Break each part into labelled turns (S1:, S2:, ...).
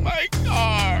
S1: My car.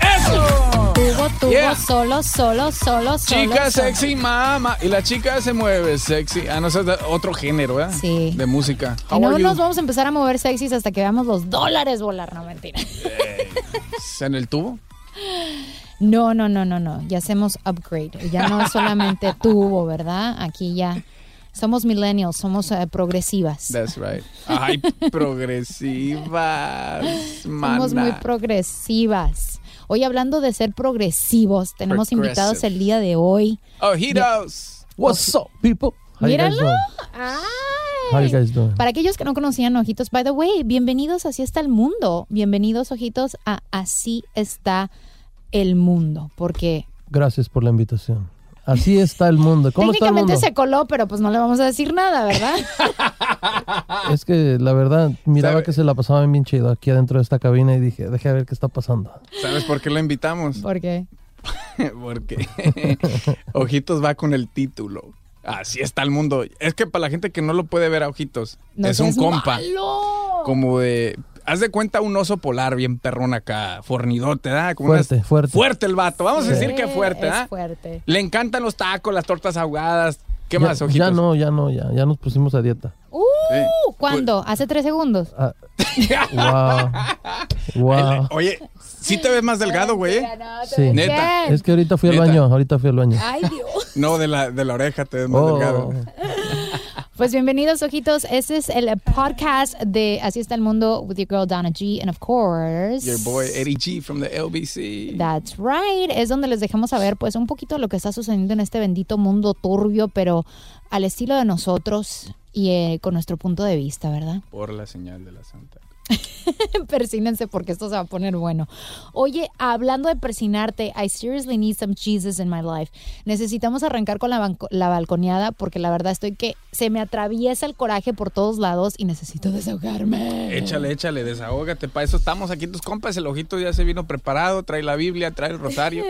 S2: Tubo, tubo,
S3: Yeah.
S2: solo, solo, solo, solo.
S3: Chica
S2: solo.
S3: sexy mama. Y la chica se mueve sexy. Ah, no, eso es de otro género, ¿verdad?
S2: Sí.
S3: De música.
S2: Y
S3: How
S2: no
S3: are you?
S2: nos vamos a empezar a mover sexys hasta que veamos los dólares volar, no mentira.
S3: ¿En el tubo?
S2: No, no, no, no, no. Ya hacemos upgrade. Ya no es solamente tubo, ¿verdad? Aquí ya. Somos millennials, somos eh, progresivas.
S3: That's right. Ay, progresivas. Mana.
S2: Somos muy progresivas. Hoy hablando de ser progresivos, tenemos invitados el día de hoy.
S3: Oh, heroes.
S4: What's up, people? How you guys
S2: Míralo.
S4: doing? How you
S2: Ay.
S4: guys doing?
S2: Para aquellos que no conocían Ojitos, by the way, bienvenidos Así está el mundo. Bienvenidos Ojitos a Así está el mundo, porque
S4: Gracias por la invitación. Así está el mundo. ¿Cómo está el
S2: técnicamente
S4: mundo?
S2: se coló, pero pues no le vamos a decir nada, ¿verdad?
S4: Es que la verdad, miraba
S3: ¿Sabe?
S4: que se la pasaban bien chido aquí adentro de esta cabina y dije, deje ver qué está pasando.
S3: ¿Sabes por qué la invitamos?
S2: Porque
S3: Porque Ojitos va con el título. Así está el mundo. Es que para la gente que no lo puede ver a Ojitos,
S2: no
S3: es un
S2: seas
S3: compa.
S2: malo.
S3: Como de. Haz de cuenta un oso polar bien perrón acá, fornidote, ¿da? Como
S4: Fuerte,
S3: unas-
S4: fuerte.
S3: Fuerte el vato. Vamos a decir que
S2: Sí,
S3: fuerte, ¿ah?
S2: es
S3: ¿da?
S2: fuerte.
S3: Le encantan los tacos, las tortas ahogadas. ¿Qué
S4: Ya-
S3: más,
S4: ya,
S3: ojitos?
S4: no, ya no, ya. Ya nos pusimos a dieta.
S2: Uh, ¿Cuándo? Hace tres segundos.
S4: Ah, wow. Wow.
S3: Oye, sí te ves más delgado, güey. ¿eh?
S4: Sí.
S3: Neta.
S4: Es que ahorita fui al
S3: Neta.
S4: baño, ahorita fui al baño.
S2: Ay, Dios.
S3: No, de la, de la oreja te ves más
S4: Oh,
S3: delgado.
S2: Pues bienvenidos, ojitos. Este es el podcast de Así está el mundo with your girl Donna G. And of course.
S3: Your boy Eddie G from the LBC.
S2: That's right. Es donde les dejamos saber, pues, un poquito lo que está sucediendo en este bendito mundo turbio, pero al estilo de nosotros y eh, con nuestro punto de vista, ¿verdad?
S3: Por la señal de la santa.
S2: Persínense porque esto se va a poner bueno. Oye, hablando de persinarte, I seriously need some Jesus in my life. Necesitamos arrancar con la, banco- la balconeada porque la verdad estoy que se me atraviesa el coraje por todos lados y necesito desahogarme.
S3: Échale, échale, desahógate. Para eso estamos aquí tus compas. El ojito ya se vino preparado. Trae la Biblia, trae el rosario.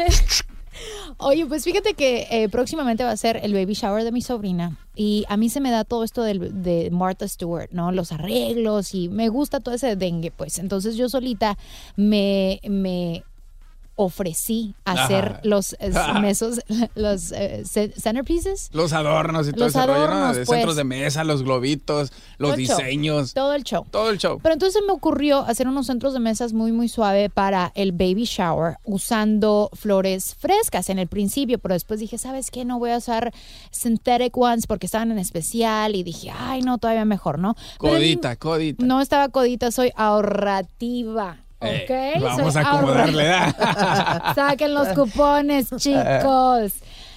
S2: Oye, pues fíjate que eh, próximamente va a ser el baby shower de mi sobrina y a mí se me da todo esto del- de Martha Stewart, ¿no? Los arreglos y me gusta todo ese dengue, pues. Entonces yo solita me, me ofrecí a
S3: Ajá.
S2: hacer los eh,
S3: Ajá.
S2: mesos, los eh, ce- centerpieces,
S3: Los adornos y todo
S2: Los
S3: ese rollo, ¿no?
S2: adornos,
S3: De
S2: pues.
S3: centros de mesa, los globitos, los
S2: Todo el show.
S3: diseños,
S2: todo el show.
S3: todo el show.
S2: Pero entonces me ocurrió hacer unos centros de mesas muy, muy suave para el baby shower usando flores frescas en el principio, pero después dije, ¿sabes qué? No voy a usar synthetic ones porque estaban en especial y dije, ay, no, todavía mejor, ¿no? Pero
S3: Codita, codita.
S2: No estaba codita, soy ahorrativa. ¿Ok?
S3: Eh, vamos
S2: Soy
S3: a acomodarle,
S2: ahorra-
S3: ¿da?
S2: Saquen los cupones, chicos.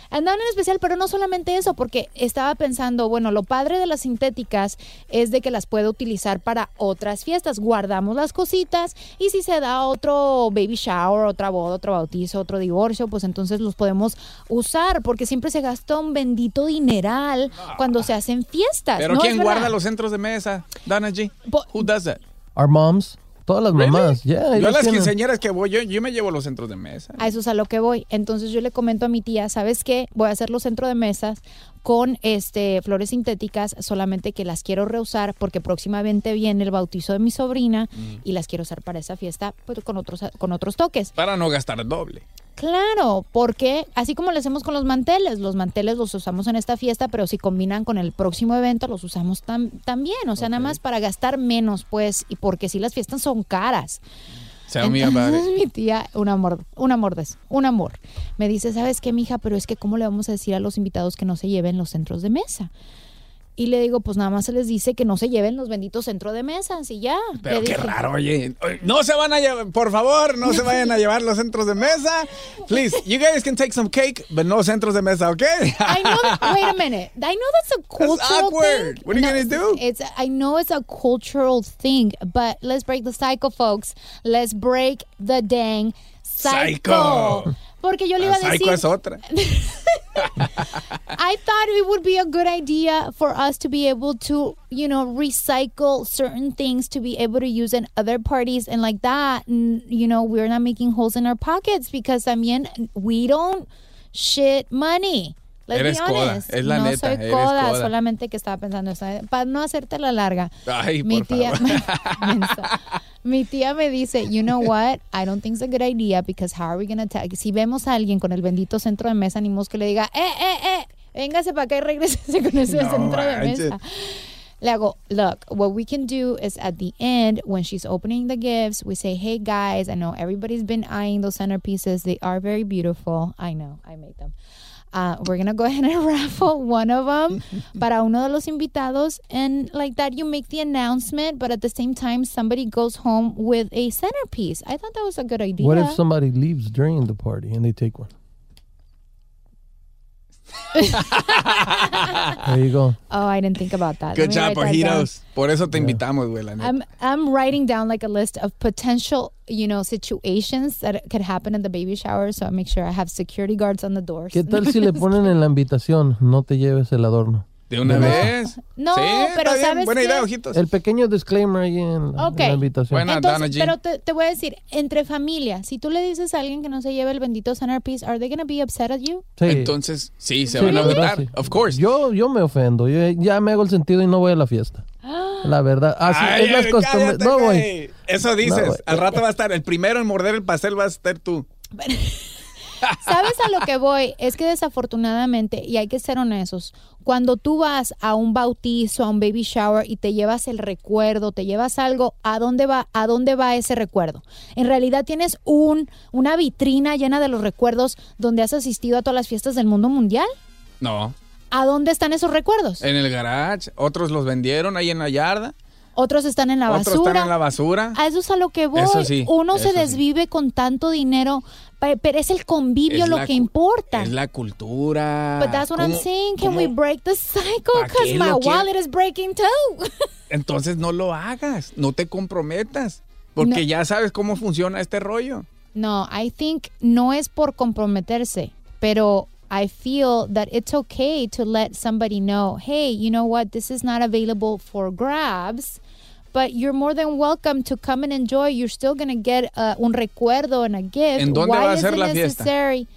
S2: Andaban en especial, pero no solamente eso, porque estaba pensando, bueno, lo padre de las sintéticas es de que las puedo utilizar para otras fiestas. Guardamos las cositas y si se da otro baby shower, otra boda, otro bautizo, otro divorcio, pues entonces los podemos usar, porque siempre se gasta un bendito dineral cuando se hacen fiestas.
S1: Pero
S2: ¿no?
S1: ¿quién
S2: Es verdad.
S1: guarda los centros de mesa? Dana G. Who does that?
S3: Our moms, todas las mamás. Yeah,
S1: yo a
S3: ellas
S1: las
S3: tienen-
S1: quinceañeras que voy, yo, yo me llevo los centros de mesa.
S2: A eso es a lo que voy. Entonces yo le comento a mi tía, ¿sabes qué? Voy a hacer los centro de mesas con este flores sintéticas, solamente que las quiero reusar porque próximamente viene el bautizo de mi sobrina y las quiero usar para esa fiesta pero con otros con otros toques.
S1: Para no gastar doble.
S2: Claro, porque así como lo hacemos con los manteles, los manteles los usamos en esta fiesta, pero si combinan con el próximo evento los usamos tam- también, o sea, nada más para gastar menos, pues, y porque si las fiestas son caras.
S1: Tell me about
S2: Entonces
S1: it.
S2: mi tía, un amor, un amor de eso, un amor. Me dice, ¿sabes qué, mija? Pero es que ¿cómo le vamos a decir a los invitados que no se lleven los centros de mesa? Y le digo, pues nada más se les dice que no se lleven los benditos centros de mesa, y ya.
S1: Pero
S2: Le
S1: qué
S2: dije.
S1: raro, oye. Oye, No se van a llevar, por favor, no se vayan a llevar los centros de mesa. Please, you guys can take some cake, but no centros de mesa, ¿ok?
S2: I know. That, wait a minute. I know that's a cultural
S1: awkward.
S2: thing.
S1: What are you gonna do?
S2: It's. I know it's a cultural thing, but let's break the cycle, folks. Let's break the dang cycle.
S1: Cycle.
S2: Porque yo le iba a
S1: Psycho
S2: decir,
S1: es otra.
S2: I thought it would be a good idea for us to be able to, you know, recycle certain things to be able to use in other parties and like that. n- you know, we're not making holes in our pockets because también we don't shit money. Let's
S1: Eres
S2: be
S1: coda,
S2: honest.
S1: es la
S2: no
S1: neta,
S2: soy
S1: eres
S2: coda,
S1: coda.
S2: solamente que estaba pensando eso. ¿eh? Para no hacerte la larga.
S1: Ay,
S2: mi
S1: por
S2: tía,
S1: favor.
S2: mensa. Mi tía me dice, you know what, I don't think it's a good idea because how are we gonna tag? Si vemos a alguien con el bendito centro de mesa, ni mos que le diga, eh, eh, eh, véngase para acá y regrésese con ese
S1: No
S2: centro
S1: manches.
S2: de mesa. Le hago, look, what we can do is at the end, when she's opening the gifts, we say, hey guys, I know everybody's been eyeing those centerpieces. They are very beautiful. I know, I made them. Uh, we're gonna go ahead and raffle one of them para uno de los invitados, and like that, you make the announcement, but at the same time, somebody goes home with a centerpiece. I thought that was a good idea.
S3: What if somebody leaves during the party and they take one? there you go.
S2: oh, I didn't think about that.
S1: Good
S2: Let me
S1: job,
S2: write that down.
S1: Porjitos. Por eso te invitamos, güey, la neta.
S2: I'm I'm writing down like a list of potential, you know, situations that could happen at the baby shower. So I make sure I have security guards on the doors.
S3: ¿Qué tal si le ponen en la invitación? No te lleves el adorno.
S1: De una
S3: De
S1: vez.
S2: No, pero
S1: está bien.
S2: ¿sabes
S1: Buena idea,
S2: qué?
S1: ojitos.
S3: El pequeño disclaimer ahí en, la- en
S2: Ok.
S3: la invitación.
S1: Bueno. Donna
S2: Entonces,
S1: Jean.
S2: pero te, te voy a decir, entre familia, si tú le dices a alguien que no se lleve el bendito centerpiece, are they gonna be upset at you?
S3: Sí.
S1: Entonces, sí, se
S3: Sí,
S1: van a
S3: la verdad,
S1: votar.
S3: sí.
S1: Of course.
S3: Yo, yo me ofendo. Yo ya me hago el sentido y no voy a la fiesta. La verdad. Así
S1: Ay,
S3: es las
S1: ay,
S3: costumbres.
S1: cállate,
S3: No voy.
S1: güey. Eso dices.
S3: güey.
S1: Al rato va a estar el primero en morder el pastel, va a estar tú.
S2: ¿Sabes a lo que voy? Es que desafortunadamente, y hay que ser honestos, cuando tú vas a un bautizo, a un baby shower y te llevas el recuerdo, te llevas algo, ¿a dónde va, a dónde va ese recuerdo? En realidad tienes un, una vitrina llena de los recuerdos donde has asistido a todas las fiestas del mundo mundial.
S1: No.
S2: ¿A dónde están esos recuerdos?
S1: En el garage. Otros los vendieron ahí en la yarda.
S2: Otros están en la
S1: Otros
S2: basura.
S1: están en la basura.
S2: A eso es a lo que voy.
S1: Eso sí,
S2: Uno se
S1: eso sí.
S2: desvive con tanto dinero, pe- pero es el convivio
S1: Es
S2: lo
S1: la cu-
S2: que importa.
S1: Es la cultura.
S2: But that's what I'm
S1: Ah, ¿Cómo-
S2: saying. Can
S1: cómo?
S2: we break the cycle?
S1: ¿Pa'
S2: Because
S1: qué
S2: my
S1: lo quiere?
S2: wallet is breaking too.
S1: Entonces no lo hagas. No te comprometas. Porque
S2: No.
S1: ya sabes cómo funciona este rollo.
S2: no, I think no es por comprometerse, pero I feel that it's okay to let somebody know, hey, you know what? This is not available for grabs. But you're more than welcome to come and enjoy. You're still going to get uh, un recuerdo and a gift.
S1: ¿En dónde
S2: Why
S1: va a ser
S2: is it
S1: la fiesta?
S2: necessary?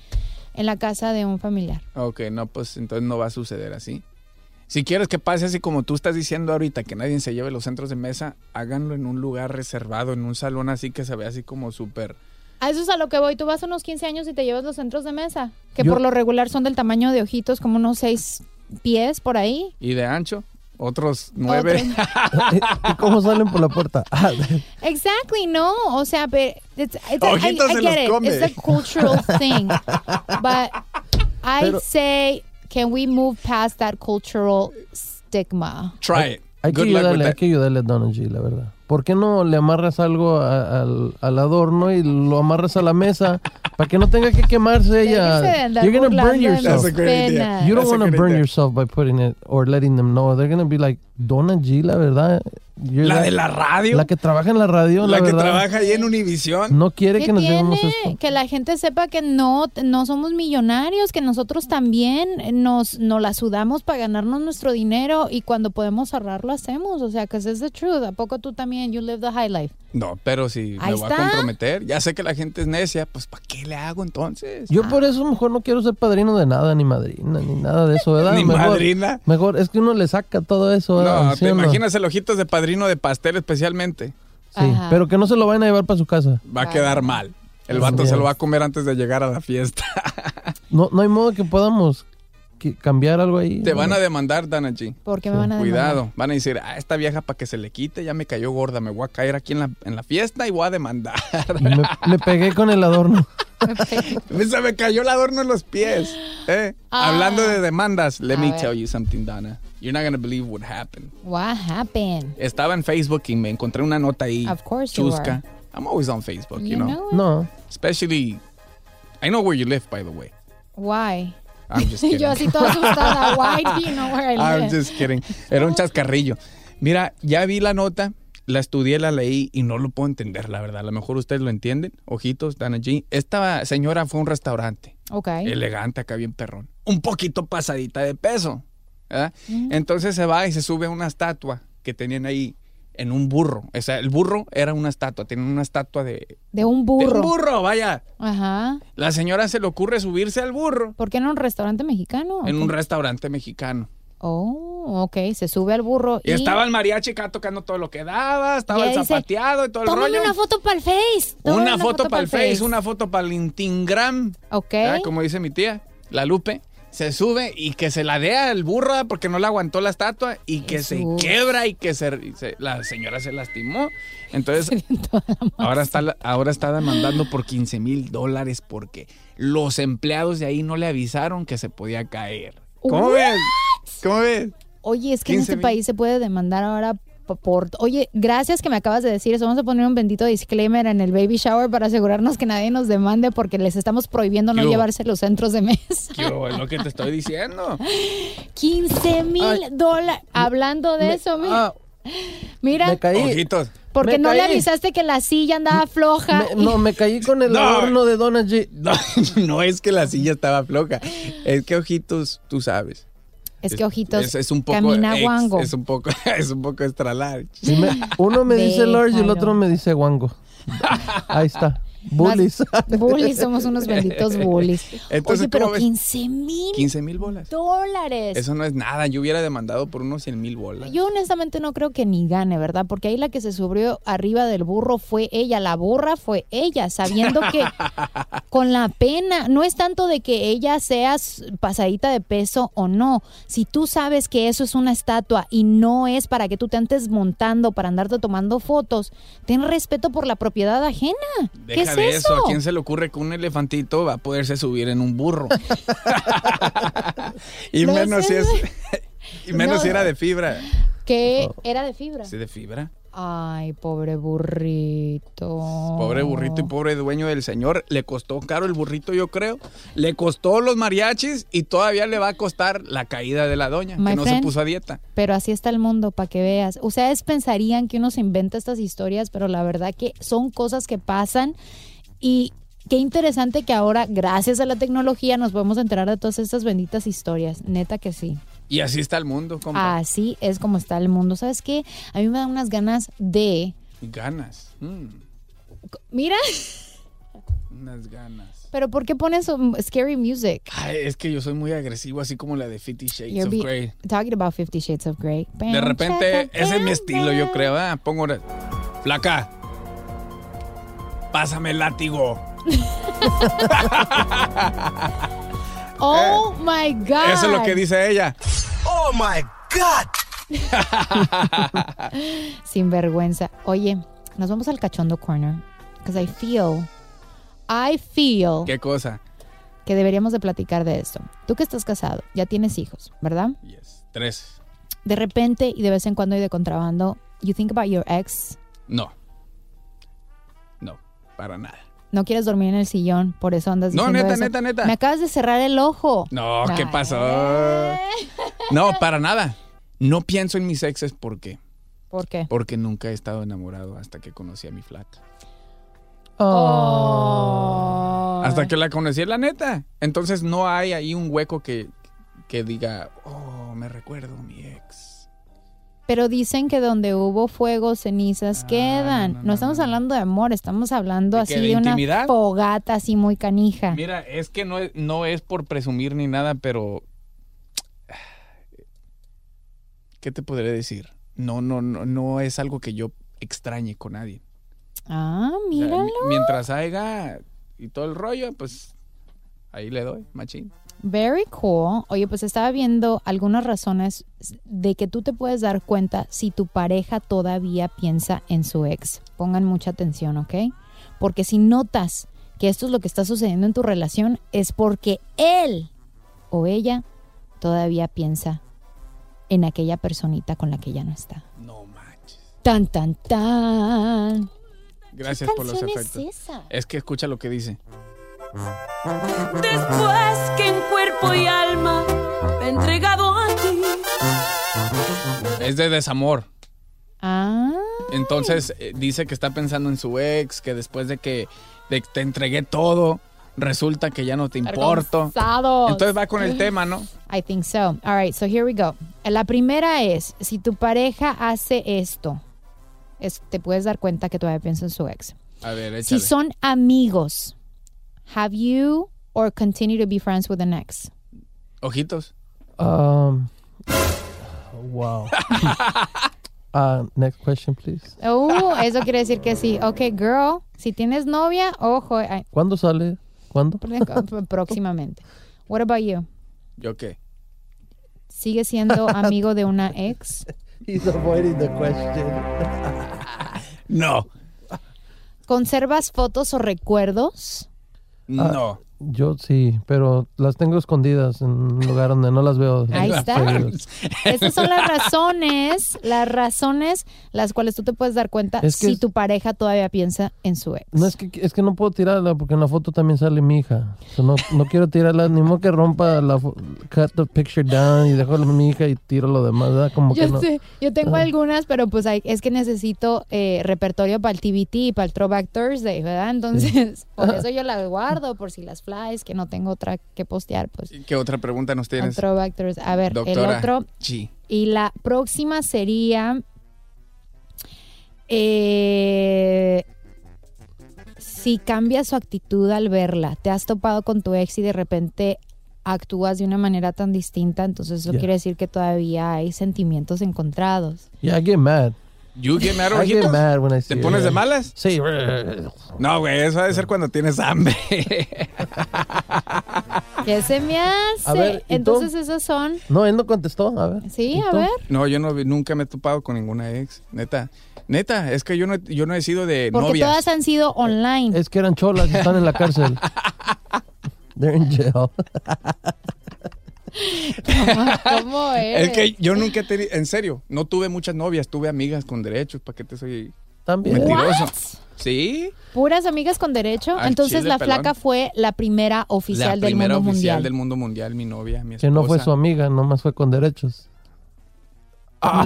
S2: En la casa de un familiar.
S1: Ok, no, pues entonces no va a suceder así. Si quieres que pase así como tú estás diciendo ahorita, que nadie se lleve los centros de mesa, háganlo en un lugar reservado, en un salón así que se vea así como súper.
S2: A eso es a lo que voy. Tú vas a unos 15 años y te llevas los centros de mesa, que
S3: Yo-
S2: por lo regular son del tamaño de ojitos, como unos 6 pies por ahí.
S1: y de ancho, otros nueve.
S2: Otros-
S3: ¿Y cómo salen por la puerta? Ah,
S2: Exactly, no. O sea, pero it's, it's a- I-
S1: Ojitos
S2: I
S1: se
S2: get
S1: los
S2: it.
S1: come.
S2: It's a cultural thing. But I
S3: Pero-
S2: say, can we move past that cultural stigma?
S1: Try it.
S3: Hay que,
S1: Good luck
S3: ayudarle,
S1: with
S3: hay
S1: that.
S3: que ayudarle a Don G, la verdad. ¿Por qué no le amarras algo a- al, al adorno y lo amarras a la mesa para que no tenga que quemarse ella?
S2: Déjese de andar
S3: You're gonna burn
S2: burlando de
S3: yourself.
S2: mis penas.
S3: You don't want to burn yourself by putting it or letting them know. They're going to be like, Donna G, la verdad. you're
S1: La de la radio.
S3: La que trabaja en la radio,
S1: La
S3: la,
S1: que
S3: verdad,
S1: trabaja ahí en Univisión.
S3: No quiere
S2: ¿Qué
S3: que nos llevemos
S2: tiene?
S3: esto.
S2: Que la gente sepa que no, no somos millonarios, que nosotros también nos, nos la sudamos para ganarnos nuestro dinero y cuando podemos ahorrar lo hacemos. O sea, que esa es the truth. ¿A poco tú también? You live the high life.
S1: No, pero si
S2: Ahí
S1: me voy
S2: está.
S1: a comprometer, ya sé que la gente es necia, pues ¿para qué le hago entonces?
S3: Yo por eso mejor no quiero ser padrino de nada, ni madrina, ni nada de eso, ¿verdad?
S1: Ah, Ni
S3: mejor,
S1: madrina.
S3: Mejor, es que uno le saca todo eso, ¿verdad?
S1: No,
S3: ¿Sí
S1: te
S3: o no?
S1: imaginas el ojitos de padrino de pastel especialmente.
S3: Sí,
S2: Ajá.
S3: pero que no se lo vayan a llevar para su casa.
S1: Va a quedar mal. El
S3: Así
S1: vato se
S3: es.
S1: lo va a comer antes de llegar a la fiesta.
S3: No, no hay modo que podamos que- cambiar algo ahí.
S1: Te van a demandar, Dana G.
S2: Porque me van a demandar?
S1: Cuidado, van a decir, ah, esta vieja para que se le quite, ya me cayó gorda, me voy a caer aquí en la, en la fiesta y voy a demandar.
S3: Me, me pegué con el adorno.
S1: Se me cayó el adorno en los pies. eh.
S2: Ah.
S1: Hablando de demandas, let
S2: A
S1: me
S2: ver.
S1: tell you something, Dana. You're not gonna believe what happened.
S2: What happened?
S1: Estaba en Facebook y me encontré una nota ahí.
S2: Of course you
S1: chusca. I'm always on Facebook, you,
S2: You
S1: know.
S2: know it?
S3: No.
S1: Especially, I know where you live, by the way.
S2: Why?
S1: I'm just kidding.
S2: Yo así toda asustada. Why do you know where I
S1: I'm
S2: live?
S1: just kidding. Era un chascarrillo. Mira, ya vi la nota, la estudié, la leí y no lo puedo entender, la verdad. A lo mejor ustedes lo entienden. Ojitos, Dana G. Esta señora fue a un restaurante.
S2: Ok.
S1: Elegante, acá bien perrón. Un poquito pasadita de peso. ¿verdad?
S2: Mm.
S1: Entonces se va y se sube a una estatua que tenían ahí en un burro. O sea, el burro era una estatua. Tienen una estatua de...
S2: De un burro.
S1: de un burro, vaya.
S2: Ajá.
S1: La señora se le ocurre subirse al burro
S2: ¿Por qué en un restaurante mexicano?
S1: en un restaurante mexicano.
S2: Oh, ok. Se sube al burro y...
S1: Y estaba el mariachi acá tocando todo lo que daba, estaba
S2: Y
S1: el
S2: ella dice,
S1: zapateado y todo el
S2: Tómame
S1: rollo.
S2: una foto para el Face.
S1: Una
S2: Tómame
S1: foto para el
S2: pa'l
S1: Face, una foto para el Intingram,
S2: Ok.
S1: ¿verdad? Ah, como dice mi tía, la Lupe. Se sube y que se la dea el burro ¿verdad? porque no le aguantó la estatua y que
S2: Jesús.
S1: se quiebra y que se, y se- la señora se lastimó. Entonces, ahora está, la- ahora está demandando por 15 mil dólares porque los empleados de ahí no le avisaron que se podía caer. ¿Cómo
S2: What?
S1: ves? ¿Cómo ves?
S2: Oye, es que en
S1: 15
S2: este
S1: mil.
S2: país se puede demandar ahora po- por... Oye, gracias que me acabas de decir eso. Vamos a poner un bendito disclaimer en el baby shower para asegurarnos que nadie nos demande porque les estamos prohibiendo no
S1: Yo.
S2: llevarse los centros de mesa.
S1: Yo, es lo que te estoy diciendo.
S2: 15 mil
S3: Ay.
S2: dólares. Hablando de
S3: Me-
S2: eso, mi-
S3: ah,
S2: mira,
S3: me caí.
S1: Ojitos.
S2: porque
S3: me
S2: no le
S3: caí.
S2: avisaste que la silla andaba floja.
S3: Me- no, me caí con el
S1: No.
S3: adorno de Donna G.
S1: No, no es que la silla estaba floja. Es que ojitos, tú sabes.
S2: es que ojitos,
S1: Es, es un poco.
S2: camina
S1: ex-
S2: guango.
S1: Es un poco, es un poco extra large.
S3: Y me- uno me dice large y el
S2: Déjalo.
S3: otro me dice guango. Ahí está. Bullies.
S2: Más- bullies, somos unos benditos bullies.
S1: Entonces,
S2: Oye, pero
S1: ¿cómo ves?
S2: 15 mil
S1: 15 mil bolas.
S2: dólares.
S1: Eso no es nada. Yo hubiera demandado por unos 100 mil bolas.
S2: Yo honestamente no creo que ni gane, ¿verdad? Porque ahí la que se subió arriba del burro fue ella, la burra fue ella, sabiendo que con la pena, no es tanto de que ella seas pasadita de peso o no, si tú sabes que eso es una estatua y no es para que tú te andes montando, para andarte tomando fotos, ten respeto por la propiedad ajena. ¿Qué
S1: Deja
S2: es
S1: de
S2: eso?
S1: ¿A quién se le ocurre que un elefantito va a poderse subir en un burro? y
S2: No
S1: menos si
S2: sé.
S1: es. y menos
S2: No.
S1: si era de fibra.
S2: Que era de fibra.
S1: ¿Sí de fibra?
S2: Ay, pobre burrito.
S1: Pobre burrito y pobre dueño del señor. Le costó caro el burrito, yo creo. Le costó los mariachis y todavía le va a costar la caída de la doña,
S2: My
S1: que no se
S2: friend.
S1: puso a dieta.
S2: Pero así está el mundo, para que veas. Ustedes pensarían que uno se inventa estas historias, pero la verdad que son cosas que pasan y qué interesante que ahora, gracias a la tecnología, nos podemos enterar de todas estas benditas historias. Neta que sí.
S1: Y así está el mundo, compa.
S2: Así es como está el mundo. ¿Sabes qué? A mí me dan unas ganas de...
S1: Ganas. mm,
S2: Mira,
S1: unas ganas.
S2: pero ¿por qué pones um, scary music?
S1: Ay, es que yo soy muy agresivo, así como la de Fifty Shades
S2: You're
S1: of
S2: be-
S1: Grey.
S2: talking about Fifty Shades of Grey.
S1: De repente, ese es mi estilo, yo creo. ah, Pongo una... Flaca, pásame el látigo.
S2: Oh my God.
S1: Eh. Eso es lo que dice ella.
S2: Sin vergüenza. Oye, nos vamos al cachondo corner. Because I feel, I feel
S1: ¿Qué cosa?
S2: que deberíamos de platicar de esto. Tú que estás casado, ya tienes hijos, ¿verdad?
S1: Yes. Tres.
S2: de repente y de vez en cuando y de contrabando, you think about your ex.
S1: No. No, para nada.
S2: No quieres dormir en el sillón, por eso andas
S1: No,
S2: diciendo
S1: neta,
S2: eso.
S1: neta, neta.
S2: Me acabas de cerrar el ojo.
S1: No, ¿qué
S2: Ay.
S1: pasó? No, para nada. No pienso en mis exes ¿por qué?
S2: ¿Por qué?
S1: porque nunca he estado enamorado hasta que conocí a mi flaca. Oh.
S3: Ah.
S1: Hasta que la conocí, la neta. Entonces no hay ahí un hueco que, que diga, oh, me recuerdo a mi ex.
S2: Pero dicen que donde hubo fuego, cenizas
S1: Ah,
S2: quedan. No, estamos hablando de amor, estamos hablando
S1: ¿De
S2: así
S1: qué? ¿De
S2: de, una
S1: intimidad?
S2: fogata así muy canija.
S1: Mira, es que no es, no es por presumir ni nada, pero... ¿Qué te podré decir? No, no, no, no es algo que yo extrañe con nadie.
S2: Ah,
S1: O sea, mi-
S2: míralo.
S1: mientras haya y todo el rollo, pues ahí le doy, machín.
S2: Very cool. Oye, pues estaba viendo algunas razones de que tú te puedes dar cuenta si tu pareja todavía piensa en su ex. Pongan mucha atención, ¿ok? Porque si notas que esto es lo que está sucediendo en tu relación, es porque él o ella todavía piensa en aquella personita con la que ya no está.
S1: No manches.
S2: Tan, tan, tan.
S1: Gracias por los
S2: canción es
S1: efectos.
S2: esa?
S1: es que escucha lo que dice.
S5: Después que en cuerpo y alma me he entregado a ti.
S1: Es de desamor.
S2: Ah,
S1: Entonces eh, dice que está pensando en su ex, que después de que de que te entregué todo, resulta que ya no te importo.
S2: Avergonzados.
S1: Entonces va con el tema, ¿no?
S2: I think so. All right, so here we go. La primera es, si tu pareja hace esto, es- te puedes dar cuenta que todavía piensa en su ex.
S1: A ver,
S2: Si
S1: échale.
S2: son amigos, have you or continue to be friends with an ex?
S1: Ojitos.
S3: Um, wow. uh, next question, please.
S2: Oh, eso quiere decir que sí. Ok, girl, si tienes novia, ojo, ay,
S3: ¿Cuándo sale? ¿Cuándo?
S2: próximamente. What about you?
S1: ¿Yo qué?
S2: ¿Sigue siendo amigo de una ex?
S3: He's avoiding the question.
S1: No.
S2: ¿Conservas fotos o recuerdos?
S1: No.
S3: Yo sí, pero las tengo escondidas en un lugar donde no las veo.
S2: Ahí está. Esas son las razones, las razones las cuales tú te puedes dar cuenta
S3: Es que
S2: si
S3: es-
S2: tu pareja todavía piensa en su ex.
S3: No, es que, es que no puedo tirarla porque en la foto también sale mi hija. O sea, no, no quiero tirarla, ni modo que rompa la fo- cut the picture down y dejo a mi hija y tiro lo demás. ¿verdad? Como que
S2: yo
S3: no.
S2: sé, yo tengo
S3: Ah.
S2: algunas, pero pues hay- es que necesito eh, repertorio para el TBT y para el Throwback Thursday, ¿verdad? Entonces, por eso yo las guardo, por si las flies, que no tengo otra que postear, pues
S1: ¿Y ¿Qué otra pregunta nos
S2: al
S1: tienes?
S2: Throwback Thursday. A ver,
S1: Doctora.
S2: el otro,
S1: Sí.
S2: Y la próxima sería. eh, si cambia su actitud al verla, te has topado con tu ex y de repente actúas de una manera tan distinta, entonces eso
S3: Yeah.
S2: quiere decir que todavía hay sentimientos encontrados.
S3: Yeah, I get mad.
S1: ¿You get mad,
S3: I get
S1: ojitos?
S3: mad when I see
S1: ¿Te
S3: her,
S1: pones de
S3: yeah.
S1: malas?
S3: Sí.
S1: No, güey, eso ha de ser cuando tienes hambre.
S2: ¿Qué se me hace?
S3: A ver, ¿y tú?
S2: entonces esas son.
S3: No, él no contestó. A ver.
S2: Sí,
S3: ¿Y
S2: a
S3: tú?
S2: ver.
S1: No, yo no, nunca me he topado con ninguna ex, neta. Neta, es que yo no, he- yo no he sido de
S2: Porque
S1: novias.
S2: todas han sido online.
S3: Es que eran cholas y están en la cárcel. They're in jail.
S2: ¿Cómo
S1: Es
S2: eres?
S1: que yo nunca he tenido, en serio, no tuve muchas novias, tuve amigas con derechos, ¿para qué te soy
S3: También.
S1: mentiroso?
S2: What?
S1: Sí,
S2: Puras amigas con derecho.
S1: Al
S2: entonces
S1: chile,
S2: la
S1: pelón.
S2: flaca fue la primera oficial
S1: la primera
S2: del mundo
S1: oficial
S2: mundial.
S1: del mundo mundial, mi novia, mi esposa.
S3: Que no fue su amiga, nomás fue con derechos.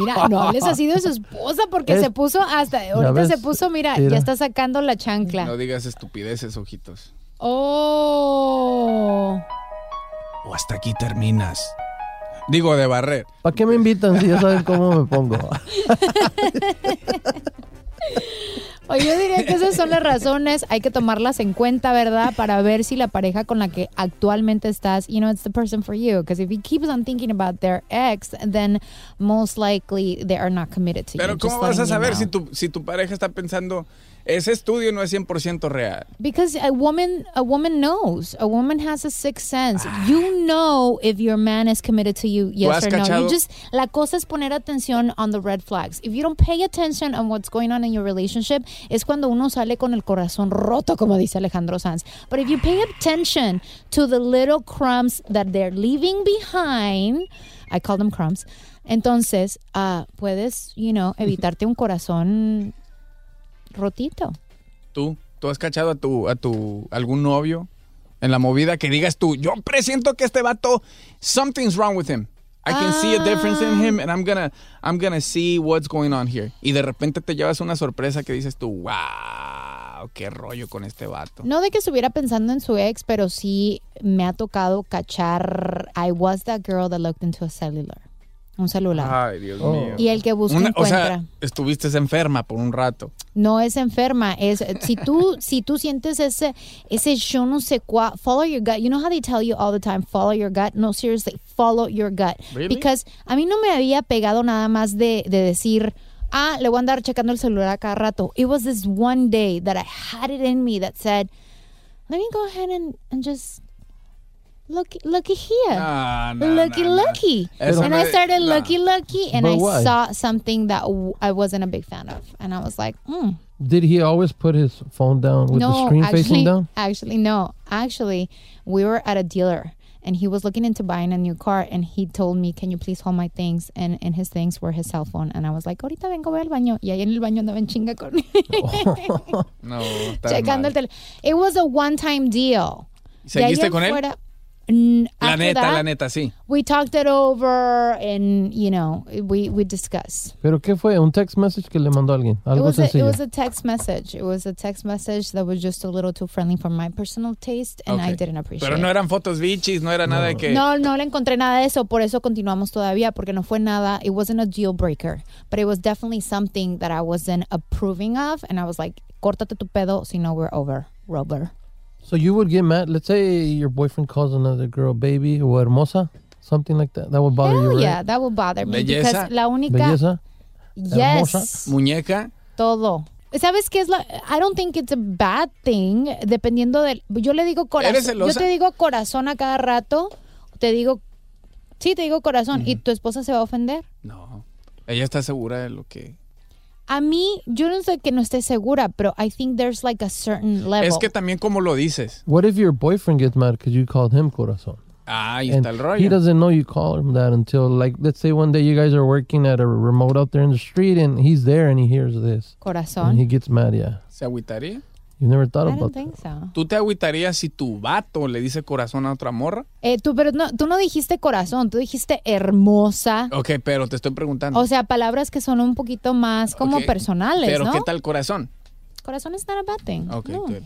S2: Mira, no hables así de su esposa porque
S3: Es-
S2: se puso hasta, ahorita
S3: ves,
S2: se puso, mira,
S3: mira.
S2: ya está sacando la chancla.
S1: No digas estupideces, ojitos.
S6: Oh,
S2: Oh.
S1: O hasta aquí terminas. Digo, de barrer.
S3: ¿Para qué me invitan si ya saben cómo me pongo?
S2: Oye, yo diría que esas son las razones, hay que tomarlas en cuenta, ¿verdad? Para ver si la pareja con la que actualmente estás, you know, it's the person for you. Because if he keeps on thinking about their ex, then most likely they are not committed to you.
S1: Pero
S2: Just
S1: ¿cómo vas a
S2: letting you
S1: saber
S2: know.
S1: si tu, si tu pareja está pensando ese estudio no es 100% real.
S2: Because a woman, a woman knows. A woman has a sixth sense. You know if your man is committed to you, yes
S1: has
S2: or no. You
S1: cachado?
S2: just la cosa es poner atención on the red flags. If you don't pay attention on what's going on in your relationship, es cuando uno sale con el corazón roto, como dice Alejandro Sanz. But if you pay attention to the little crumbs that they're leaving behind, I call them crumbs. Entonces, ah, puedes, you know, evitarte un corazón rotito.
S1: ¿Tú? ¿Tú has cachado a tu, a tu, algún novio en la movida que digas tú, yo presiento que este vato, something's wrong with him. I can see
S2: Ah.
S1: a difference in him and I'm gonna, I'm gonna see what's going on here. Y de repente te llevas una sorpresa que dices tú, wow, qué rollo con este vato.
S2: No de que estuviera pensando en su ex, pero sí me ha tocado cachar. I was that girl that looked into a cellular. Un celular.
S1: Ay, Dios mío.
S2: Oh. Y el que busca
S1: Ah. Una- o sea,
S2: encuentra.
S1: estuviste enferma por un rato.
S2: No es enferma. Es si tú, si tú sientes ese, ese yo no sé cuá, follow your gut. You know how they tell you all the time, follow your gut. No, seriously, follow your gut.
S7: Really?
S2: Because a mí no me había pegado nada más de, de decir, ah, le voy a andar checando el celular a cada rato. It was this one day that I had it in me that said, let me go ahead and, and just look looky here.
S1: Ah, No, no,
S2: looky
S1: no, no.
S2: looky.
S1: Eso
S2: and
S1: no
S2: I
S1: es-
S2: started
S1: no.
S2: looky looky and
S3: But
S2: I
S3: why?
S2: saw something that w- I wasn't a big fan of. And I was like, mm,
S3: Did he always put his phone down with the
S2: no,
S3: screen
S2: actually,
S3: facing down?
S2: Actually, no. Actually, we were at a dealer and he was looking into buying a new car and he told me, Can you please hold my things? And and his things were his cell phone. And I was like, Ahorita vengo, voy al baño. Y ahí en el baño andaba en chinga con
S1: No, está
S2: checando el
S1: mal.
S2: teléfono. It was a one time deal. De ahí
S1: ¿Seguiste
S2: en
S1: con él?
S2: fuera- Mm,
S1: La
S2: after
S1: neta,
S2: that,
S1: la neta, sí.
S2: We talked it over and, you know, we, we discussed.
S3: ¿Pero qué fue? ¿Un text message que le mandó alguien?
S2: It
S3: Algo
S2: was, a, it
S3: sencillo.
S2: was a text message. It was a text message that was just a little too friendly for my personal taste, and I
S1: Ok.
S2: didn't appreciate
S1: Pero
S2: it.
S1: no eran fotos bichis, no era nada de que...
S2: No, no le encontré nada de eso, por eso continuamos todavía, porque no fue nada, it wasn't a deal breaker, but it was definitely something that I wasn't approving of, and I was like, córtate tu pedo, si no we're over, Robert.
S3: So you would get mad. Let's say your boyfriend calls another girl baby or hermosa, something like that. That would bother you,
S2: Oh
S3: right?
S2: yeah, that would bother me,
S3: Belleza.
S2: because la única...
S3: Belleza.
S2: Yes.
S1: Hermosa. Muñeca.
S2: Todo. ¿Sabes qué es la...? I don't think it's a bad thing, dependiendo del... Yo le digo
S1: ¿Eres
S2: corazón. Yo
S1: celosa?
S2: te digo corazón a cada rato, te digo... Sí, te digo corazón, ¿y tu esposa se va a ofender?
S1: Ella está segura de lo que...
S2: A mí, yo no sé que no esté segura, pero I think there's like a certain level.
S1: Es que también como lo dices.
S3: What if your boyfriend gets mad because you called him corazón?
S1: Ahí
S3: And
S1: está el
S3: he
S1: rollo.
S3: doesn't know you called him that until, like, let's say one day you guys are working at a remote out there in the street and he's there and he hears this.
S2: Corazón.
S3: And he gets mad, yeah.
S1: ¿Se agüitaría?
S3: You never thought
S2: I
S3: about
S2: don't
S3: that.
S2: think so.
S1: ¿Tú te agüitarías si tu vato le dice corazón a otra morra?
S2: Eh, tú, pero no, tú no dijiste corazón, tú dijiste hermosa.
S1: Ok, pero te estoy preguntando.
S2: O sea, palabras que son un poquito más como
S1: Ok,
S2: personales,
S1: ¿Pero
S2: ¿no?
S1: qué tal corazón?
S2: Corazón es not a bad thing.
S1: Ok,
S2: No.
S1: good.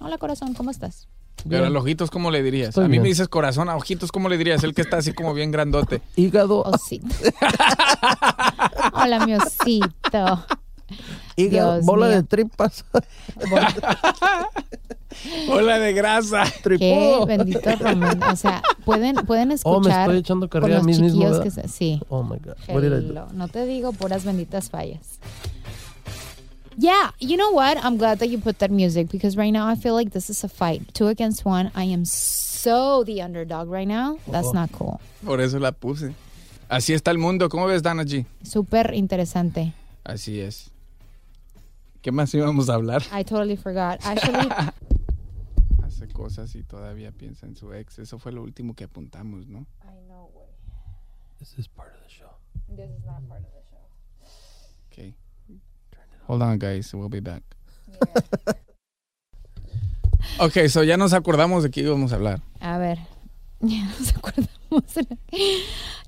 S2: Hola, corazón, ¿cómo estás?
S1: Pero al ojitos, ¿cómo le dirías?
S3: Estoy
S1: a mí
S3: bien.
S1: me dices corazón, a ojitos, ¿cómo le dirías? El que está así como bien grandote.
S3: Hígado.
S2: Osito. Hola, mi osito.
S3: Hígado,
S2: Dios
S3: bola
S2: mío.
S3: de tripas.
S1: Hola de grasa.
S2: Qué bendito Román. O sea, pueden, pueden escuchar
S3: Oh, me estoy echando
S2: con
S3: carrera a
S2: los
S3: mí mismo,
S2: chiquillos
S3: ¿verdad?
S2: que se- sí.
S3: Oh my God. What did I do?
S2: Hello. No te digo puras benditas fallas. Yeah, you know what? I'm glad that you put that music because right now I feel like this is a fight. Two against one. I am so the underdog right now. That's not cool.
S1: Por eso la puse. Así está el mundo. ¿Cómo ves, Dana G?
S2: Súper interesante.
S1: Así es. ¿Qué más íbamos a hablar?
S2: I totally forgot. Actually,
S1: Hace cosas y todavía piensa en su ex. Eso fue lo último que apuntamos, ¿no?
S3: This is part of the show.
S2: this is not part of the show.
S1: Okay. Hold on, guys. We'll be back. ok, so ya nos acordamos de qué íbamos a hablar.
S2: A ver. Ya nos acordamos.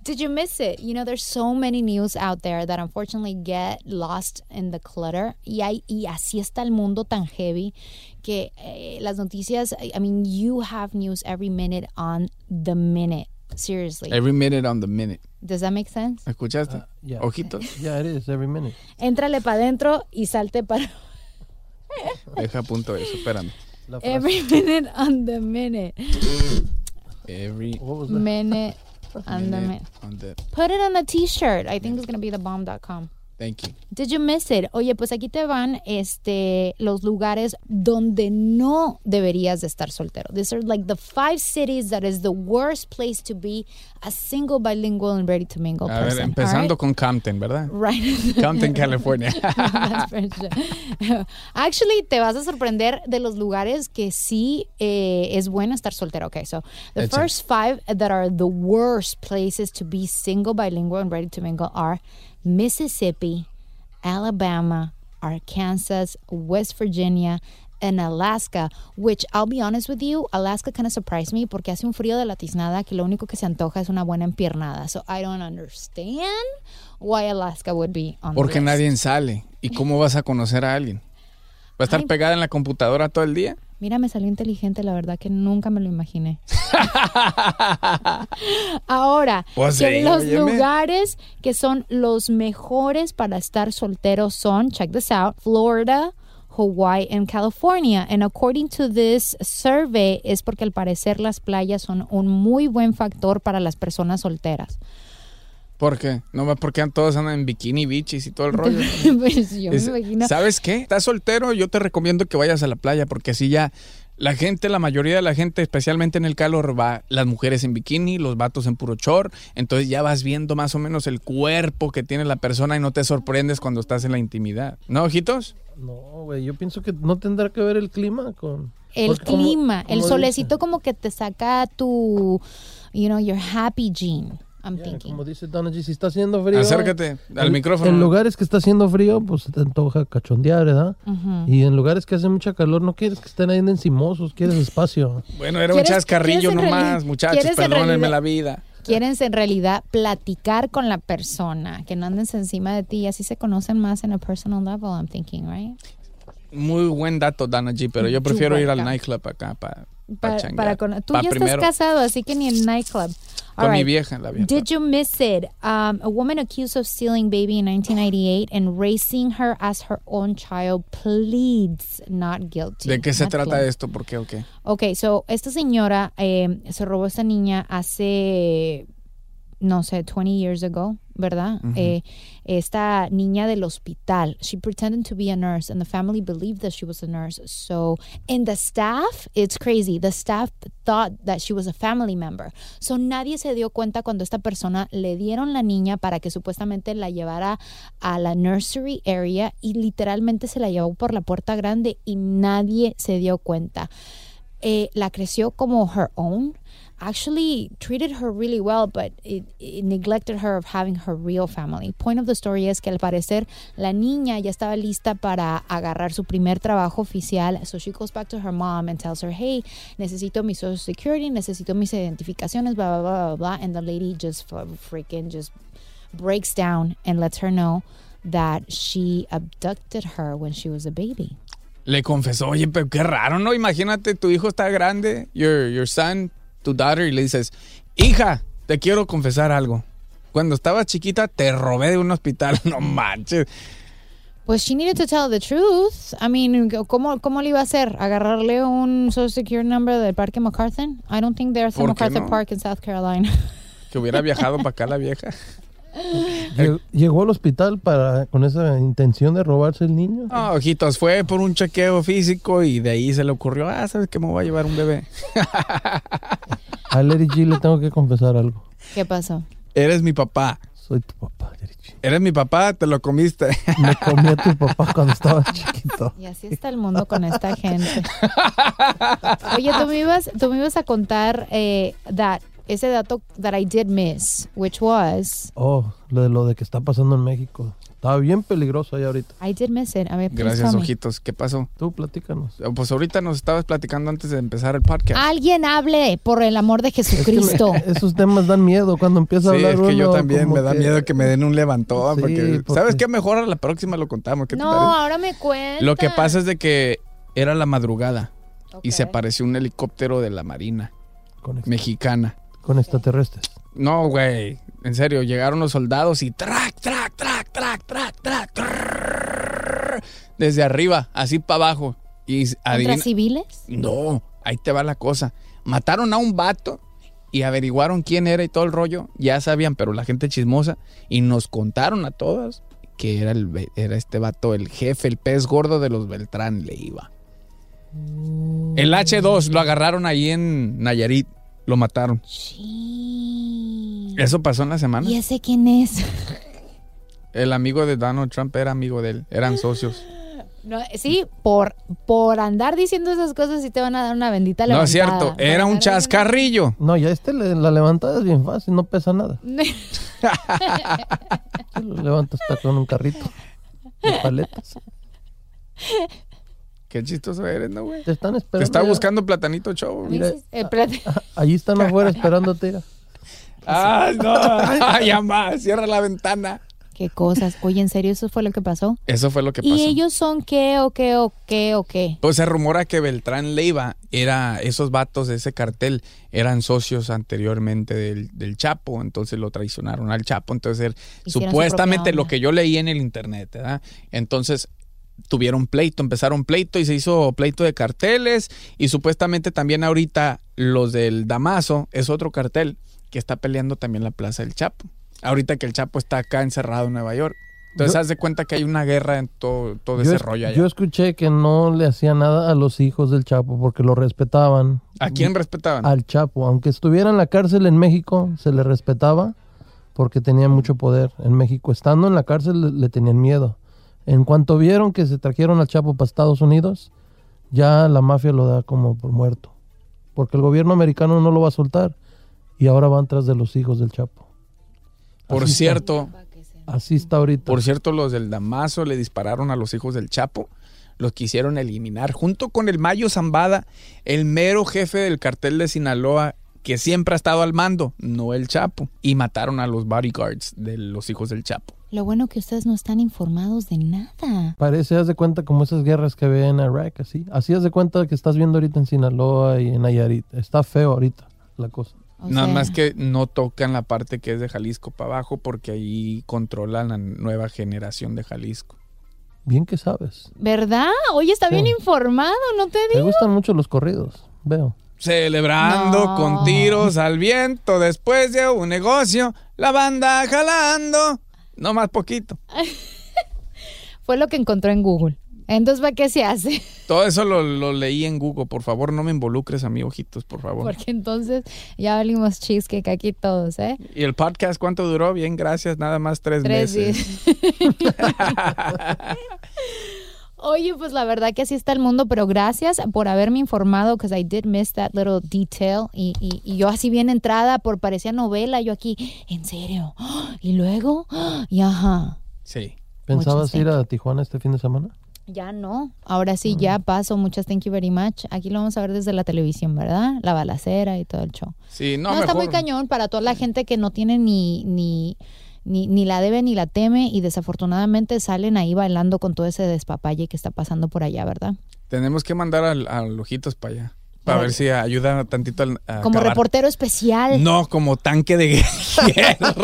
S2: Did you miss it? You know, there's so many news out there that unfortunately get lost in the clutter. Y, hay, y así está el mundo tan heavy que eh, las noticias, I I mean, you have news every minute on the minute. Seriously.
S1: Every minute on the minute.
S2: Does that make sense?
S1: ¿Escuchaste? Ojitos.
S3: Yeah, it is every minute.
S2: Éntrale para adentro y salte para...
S1: Deja punto eso. Espérame.
S2: Every minute on the minute.
S1: Every
S2: Minute on
S1: minute
S2: the minute.
S1: on the-
S2: Put it on a t-shirt. I think it's going to be the bomb.com.
S1: Thank you.
S2: Did you miss it? Oye, pues aquí te van este, los lugares donde no deberías de estar soltero. These are like the five cities that is the worst place to be a single bilingual and ready to mingle
S1: A ver,
S2: person.
S1: empezando con Compton, ¿verdad?
S2: all right? Right.
S1: Compton, California.
S2: That's for sure. Actually, te vas a sorprender de los lugares que sí eh, es bueno estar soltero. Okay, so the
S1: Échale.
S2: first five that are the worst places to be single, bilingual, and ready to mingle are Mississippi, Alabama, Arkansas, West Virginia. And Alaska, which I'll be honest with you, Alaska kind of surprised me porque hace un frío de la tiznada que lo único que se antoja es una buena empiernada. So I don't understand why Alaska would be on the
S1: Porque
S2: list.
S1: nadie sale. ¿Y cómo vas a conocer a alguien? ¿Va a estar
S2: Ay.
S1: pegada en la computadora todo el día?
S2: Mira, me salió inteligente, la verdad que nunca me lo imaginé. Ahora,
S1: Pues
S2: que
S1: sí,
S2: los
S1: óyeme.
S2: lugares que son los mejores para estar solteros son, check this out, Florida, Hawaii and California. And according to this survey, es porque al parecer las playas son un muy buen factor para las personas solteras.
S1: ¿Por qué? No más porque todos andan en bikini bichis y todo el rollo.
S2: Pues yo me
S1: Es-
S2: imagino.
S1: ¿Sabes qué? ¿Estás soltero? Yo te recomiendo que vayas a la playa porque si ya la gente, la mayoría de la gente, especialmente en el calor, va las mujeres en bikini, los vatos en puro short. Entonces ya vas viendo más o menos el cuerpo que tiene la persona y no te sorprendes cuando estás en la intimidad. ¿No, ojitos?
S3: No, güey, yo pienso que no tendrá que ver el clima con...
S2: El
S1: Pues,
S3: porque como-
S2: clima, el
S3: como
S2: solecito como que te saca tu, you know, your happy gene. I'm thinking.
S3: Como dice Donna G, si está haciendo frío...
S1: Acércate al
S3: en-
S1: micrófono.
S3: En lugares que está haciendo frío, pues se te antoja cachondear, ¿verdad?
S2: Ujú.
S3: Y en lugares que hace mucha calor, no quieres que estén ahí encimosos, quieres espacio.
S1: Bueno, era un
S2: ¿Quieres-
S1: chascarrillo
S2: quieres en
S1: nomás,
S2: realidad-
S1: muchachos,
S2: quieres en
S1: perdónenme
S2: realidad-
S1: la vida.
S2: Quieres en realidad platicar con la persona, que no andes encima de ti y así se conocen más en a personal level, I'm thinking, right?
S1: Muy buen dato, Dana G, pero yo prefiero ir al
S2: welcome.
S1: nightclub acá para
S2: Pa-
S1: changar.
S2: para cono- Tú
S1: Pa'
S2: ya
S1: primero.
S2: estás casado, así que ni el nightclub. All
S1: Con mi
S2: right.
S1: vieja, la vieja.
S2: Did you miss it? Um, a woman accused of stealing baby in 1998 and raising her as her own child pleads not guilty.
S1: ¿De qué se
S2: Not
S1: trata
S2: guilty.
S1: esto? ¿Por qué o qué?
S2: Ok, so esta señora eh, se robó a esta niña hace, no sé, 20 years ago, ¿verdad?
S5: Ujú.
S2: Eh, esta niña del hospital, she pretended to be a nurse and the family believed that she was a nurse. So, and the staff, it's crazy, the staff thought that she was a family member. So, nadie se dio cuenta cuando esta persona le dieron la niña para que supuestamente la llevara a la nursery area y literalmente se la llevó por la puerta grande y nadie se dio cuenta eh, la creció como her own. Actually treated her really well, but it, it neglected her of having her real family. Point of the story es que al parecer la niña ya estaba lista para agarrar su primer trabajo oficial, so she goes back to her mom and tells her, hey, necesito mi social security, necesito mis identificaciones, blah blah blah blah blah, and the lady just fu- freaking just breaks down and lets her know that she abducted her when she was a baby.
S1: Le confesó, oye, pero qué raro, ¿no? Imagínate, tu hijo está grande, your, your son, tu daughter, y le dices, hija, te quiero confesar algo. Cuando estabas chiquita te robé de un hospital, no manches.
S2: Pues she needed to tell the truth. I mean, ¿cómo, cómo le iba a hacer? ¿Agarrarle un social security number del Parque MacArthur? I don't think there's a
S1: ¿Por qué
S2: MacArthur
S1: no?
S2: Park in South Carolina.
S1: Que hubiera viajado para acá la vieja.
S3: Lle- Llegó al hospital para con esa intención de robarse el niño.
S1: No, ojitos, fue por un chequeo físico y de ahí se le ocurrió, ah, ¿sabes qué? Me voy a llevar un bebé.
S3: A Larry G le tengo que confesar algo.
S2: ¿Qué pasó?
S1: Eres mi papá.
S3: Soy tu papá.
S1: Eres mi papá, te lo comiste.
S3: Me comí a tu papá cuando estaba chiquito.
S2: Y así está el mundo con esta gente. Oye, tú me ibas, tú me ibas a contar eh, that, ese dato that I did miss, which was,
S3: Oh, lo de, lo de que está pasando en México. Estaba bien peligroso ahí ahorita.
S2: I did miss it. A ver, please
S1: Gracias,
S2: tell me.
S1: ojitos. ¿Qué pasó?
S3: Tú platícanos.
S1: Pues ahorita nos estabas platicando antes de empezar el podcast.
S2: Alguien hable por el amor de Jesucristo.
S3: Esos temas dan miedo cuando empieza a
S1: Sí,
S3: hablar
S1: es que yo
S3: uno,
S1: también
S3: como
S1: me da
S3: que-
S1: miedo que me den un levantón.
S3: Sí,
S1: porque,
S3: porque-
S1: ¿Sabes qué? Mejor a la próxima lo contamos. ¿qué te
S2: No,
S1: parece?
S2: ahora me cuenta.
S1: Lo que pasa es de que era la madrugada y se apareció un helicóptero de la Marina mexicana.
S3: Con extraterrestres.
S1: No, güey. En serio, llegaron los soldados y trac, trac, trac, trac, trac, trac, trrr, desde arriba, así para abajo. Y
S2: ¿Contra
S1: adivina-
S2: civiles?
S1: No, ahí te va la cosa. Mataron a un vato y averiguaron quién era y todo el rollo. Ya sabían, pero la gente chismosa. Y nos contaron a todas que era, el, ve- era este vato, el jefe, el pez gordo de los Beltrán, le iba. El H2 lo agarraron ahí en Nayarit, lo mataron. Eso pasó en la semana.
S2: ¿Y ese quién es?
S1: El amigo de Donald Trump era amigo de él,
S2: Ah,
S1: eran socios.
S2: No, sí, por, por andar diciendo esas cosas sí te van a dar una bendita
S1: No
S2: levantada.
S1: es cierto, era un chascarrillo.
S3: No, ya este, le- la levantada es bien fácil, no pesa nada. Lo levanta hasta con un carrito. de paletas.
S1: Qué chistoso eres, ¿no, güey?
S3: Te están
S1: Te
S2: Pues,
S3: esperando.
S1: está
S3: ya.
S1: buscando platanito chavo.
S3: Mira,
S2: Espérate.
S3: allí están afuera esperándote. mira.
S1: Ah, no. Ay, mamá, cierra la ventana.
S2: Qué cosas. Oye, ¿en serio eso fue lo que pasó?
S1: Eso fue lo que pasó.
S2: ¿Y ellos son qué o qué o qué o qué?
S1: Pues se rumora que Beltrán Leiva era, esos vatos de ese cartel eran socios anteriormente del, del Chapo, entonces lo traicionaron al Chapo, entonces él-
S7: Hicieron su
S1: supuestamente
S7: propia
S1: lo
S7: onda.
S1: que yo leí en el internet, ¿verdad? Entonces tuvieron pleito, empezaron pleito y se hizo pleito de carteles y supuestamente también ahorita los del Damaso es otro cartel que está peleando también la Plaza del Chapo. Ahorita que el Chapo está acá encerrado en Nueva York. Entonces
S3: Yo-
S1: haz de cuenta que hay una guerra en todo, todo
S3: Yo,
S1: ese
S3: es-
S1: rollo allá.
S3: yo escuché que no le hacía nada a los hijos del Chapo porque lo respetaban.
S1: ¿A quién respetaban?
S3: Al Chapo. Aunque estuviera en la cárcel en México, se le respetaba porque tenía mucho poder en México. Estando en la cárcel le, le tenían miedo. En cuanto vieron que se trajeron al Chapo para Estados Unidos, ya la mafia lo da como por muerto. Porque el gobierno americano no lo va a soltar y ahora van tras de los hijos del Chapo.
S1: Por
S3: Así está.
S1: cierto,
S3: Así está ahorita.
S1: Por cierto, los del Damaso le dispararon a los hijos del Chapo, los quisieron eliminar, junto con el Mayo Zambada, el mero jefe del cartel de Sinaloa, que siempre ha estado al mando, no el Chapo, y mataron a los bodyguards de los hijos del Chapo.
S2: Lo bueno que ustedes no están informados de nada.
S3: Parece, haz de cuenta como esas guerras que ve en Irak, así. Así haz de cuenta que estás viendo ahorita en Sinaloa y en Nayarit. Está feo ahorita la cosa.
S1: Nada
S3: sea-
S1: más que no tocan la parte que es de Jalisco para abajo, porque ahí controlan la nueva generación de Jalisco.
S3: Bien que sabes.
S2: ¿Verdad? Oye, está bien informado, ¿no te
S3: Te
S2: digo?
S3: gustan mucho los corridos, veo.
S1: Celebrando con tiros al viento después de un negocio, la banda jalando. No más poquito.
S2: Fue lo que encontró en Google. Entonces, ¿para qué se hace?
S1: Todo eso lo, lo leí en Google. Por favor, no me involucres a mí, ojitos, por favor.
S2: Porque entonces ya valimos cheesecake aquí todos, ¿eh?
S1: ¿Y el podcast cuánto duró? Bien, gracias. Nada más tres,
S2: Tres
S1: meses.
S2: Oye, pues la verdad que así está el mundo, pero gracias por haberme informado, because I did miss that little detail. Y, y- y yo así bien entrada, por parecía novela, yo aquí, en serio. ¡Ah! Y luego, ¡ah! y ajá.
S1: Sí.
S3: ¿Pensabas
S2: Muchas
S3: ir a Tijuana este fin de semana?
S2: Ya no. Ahora sí, ya
S1: Mm.
S2: paso. Muchas thank you very much. Aquí lo vamos a ver desde la televisión, ¿verdad? La balacera y todo el show.
S1: Sí, no,
S2: No, está
S1: mejor.
S2: muy cañón para toda la gente que no tiene ni, ni, ni, ni la debe ni la teme y desafortunadamente salen ahí bailando con todo ese despapalle que está pasando por allá, ¿verdad?
S1: Tenemos que mandar al, al ojitos para allá. Para ver si ayuda tantito al- a
S2: Como
S1: acabar.
S2: reportero especial.
S1: No, como tanque de guerra.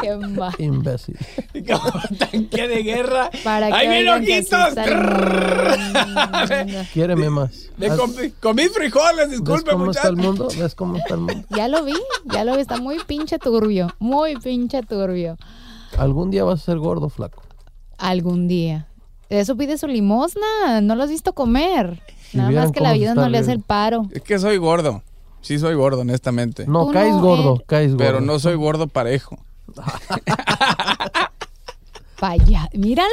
S2: Qué mal.
S3: Imbécil.
S1: tanque de guerra.
S2: Para que
S1: ¡Ahí viene
S2: oigan que así
S1: ojitos!
S2: está el mundo.
S3: Quiéreme más.
S1: Me
S3: Haz-
S1: comí, comí frijoles,
S3: ¿Ves
S1: disculpe,
S3: cómo
S1: muchachos.
S3: está el mundo? ¿Ves cómo está el mundo?
S2: Ya lo vi, ya lo vi. Está muy pinche turbio. Muy pinche turbio.
S3: Algún día vas a ser gordo, flaco.
S2: Algún día. Eso pide su limosna. No lo has visto comer.
S3: Si
S2: Nada
S3: vieran
S2: más que la
S3: cómo se
S2: vida
S3: está
S2: no le hace el
S3: riendo.
S2: paro.
S1: Es que soy gordo. Sí soy gordo, honestamente.
S3: No,
S2: Tú
S3: caes
S2: no,
S3: gordo,
S2: él.
S3: caes gordo.
S1: Pero no soy gordo parejo.
S2: Vaya, míralos.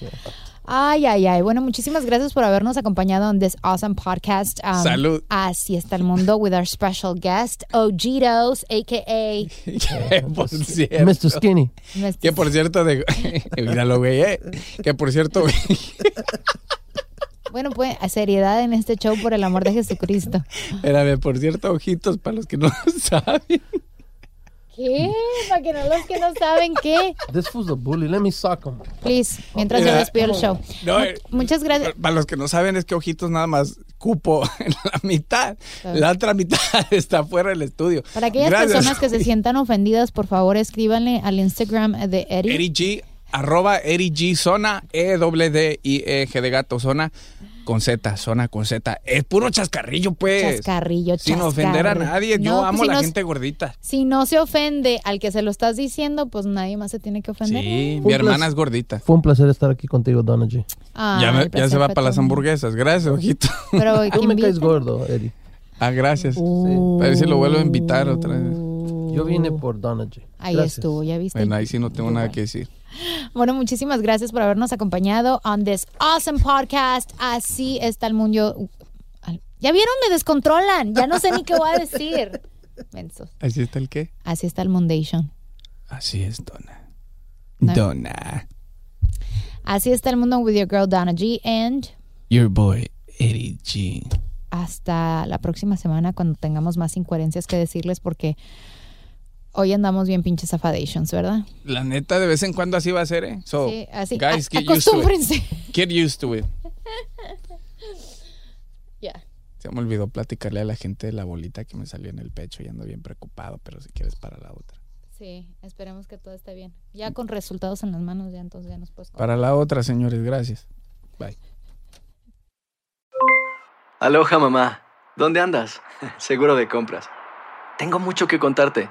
S2: Ay, ay, ay. Bueno, muchísimas gracias por habernos acompañado en this awesome podcast. Um,
S1: Salud.
S2: Así está el mundo with our special guest, Ojitos, a.k.a.
S1: Que Eh,
S3: pues,
S1: por cierto.
S3: Mr. Skinny.
S1: Que por cierto, de... míralo, güey. eh. Que por cierto, güey,
S2: Bueno, pues, a seriedad en este show por el amor de Jesucristo.
S1: espérame, por cierto, ojitos, para los que no lo saben.
S2: ¿Qué? Para que no los que no saben qué.
S3: This was a bully. Let me sock him.
S2: Please, mientras yo
S1: Mira,
S2: despido el show.
S1: no,
S2: Mu-
S1: eh,
S2: Muchas gracias.
S1: Para los que no saben, es que ojitos nada más cupo en la mitad. La otra mitad está fuera del estudio.
S2: Para aquellas
S1: Gracias.
S2: personas que se sientan ofendidas, por favor, escríbanle al Instagram de Eddie.
S1: Eri G, arroba Eri G Zona, E W D I E G de gato Zona. con Z, zona con Z. Es puro chascarrillo, pues.
S2: Chascarrillo,
S1: Sin ofender a
S2: chascarrillo.
S1: nadie. Yo
S2: No,
S1: amo
S2: si
S1: la
S2: no-
S1: gente gordita.
S2: Si no se ofende al que se lo estás diciendo, pues nadie más se tiene que ofender.
S1: Sí, mi
S3: Fue un
S1: hermana
S3: placer-
S1: es gordita.
S3: Fue un placer estar aquí contigo, Donna G.
S2: Ay,
S1: ya, me- ya
S2: pues,
S1: se va
S2: siempre
S1: para las
S2: tú.
S1: hamburguesas. Gracias, ojito.
S2: Pero
S3: Tú
S2: ¿quién
S3: me caes
S2: vi-
S3: gordo, Eddie.
S1: Ah, gracias. A ver si lo vuelvo a invitar otra vez.
S3: Yo vine por Donna G.
S2: Uh. Ahí
S3: Gracias.
S2: estuvo, ya viste.
S1: Bueno, ahí sí no tengo nada que decir.
S2: Bueno, muchísimas gracias por habernos acompañado on this awesome podcast. Así está el mundo. Al- Ya vieron, me descontrolan. Ya no sé ni qué voy a decir. Mensos.
S1: ¿Así está el qué?
S2: Así está el Mundation.
S1: Así es, Donna.
S2: No.
S1: Donna.
S2: Así está el mundo with your girl Donna G. And
S1: Your boy, Eddie G.
S2: hasta la próxima semana cuando tengamos más incoherencias que decirles porque hoy andamos bien pinches afadations, ¿verdad?
S1: La neta, de vez en cuando así va a ser, ¿eh? So,
S2: Sí, así.
S1: guys,
S2: A-
S1: get used to
S2: acostúmbrense.
S1: it. Get used to it.
S2: Ya.
S1: Se me olvidó platicarle a la gente de la bolita que me salió en el pecho y ando bien preocupado, pero si quieres para la otra.
S2: Sí, esperemos que todo esté bien. Ya con resultados en las manos, ya entonces ya nos puedes
S1: Para la otra, señores, gracias. Bye.
S8: Aloha, mamá. ¿Dónde andas? Seguro de compras. Tengo mucho que contarte.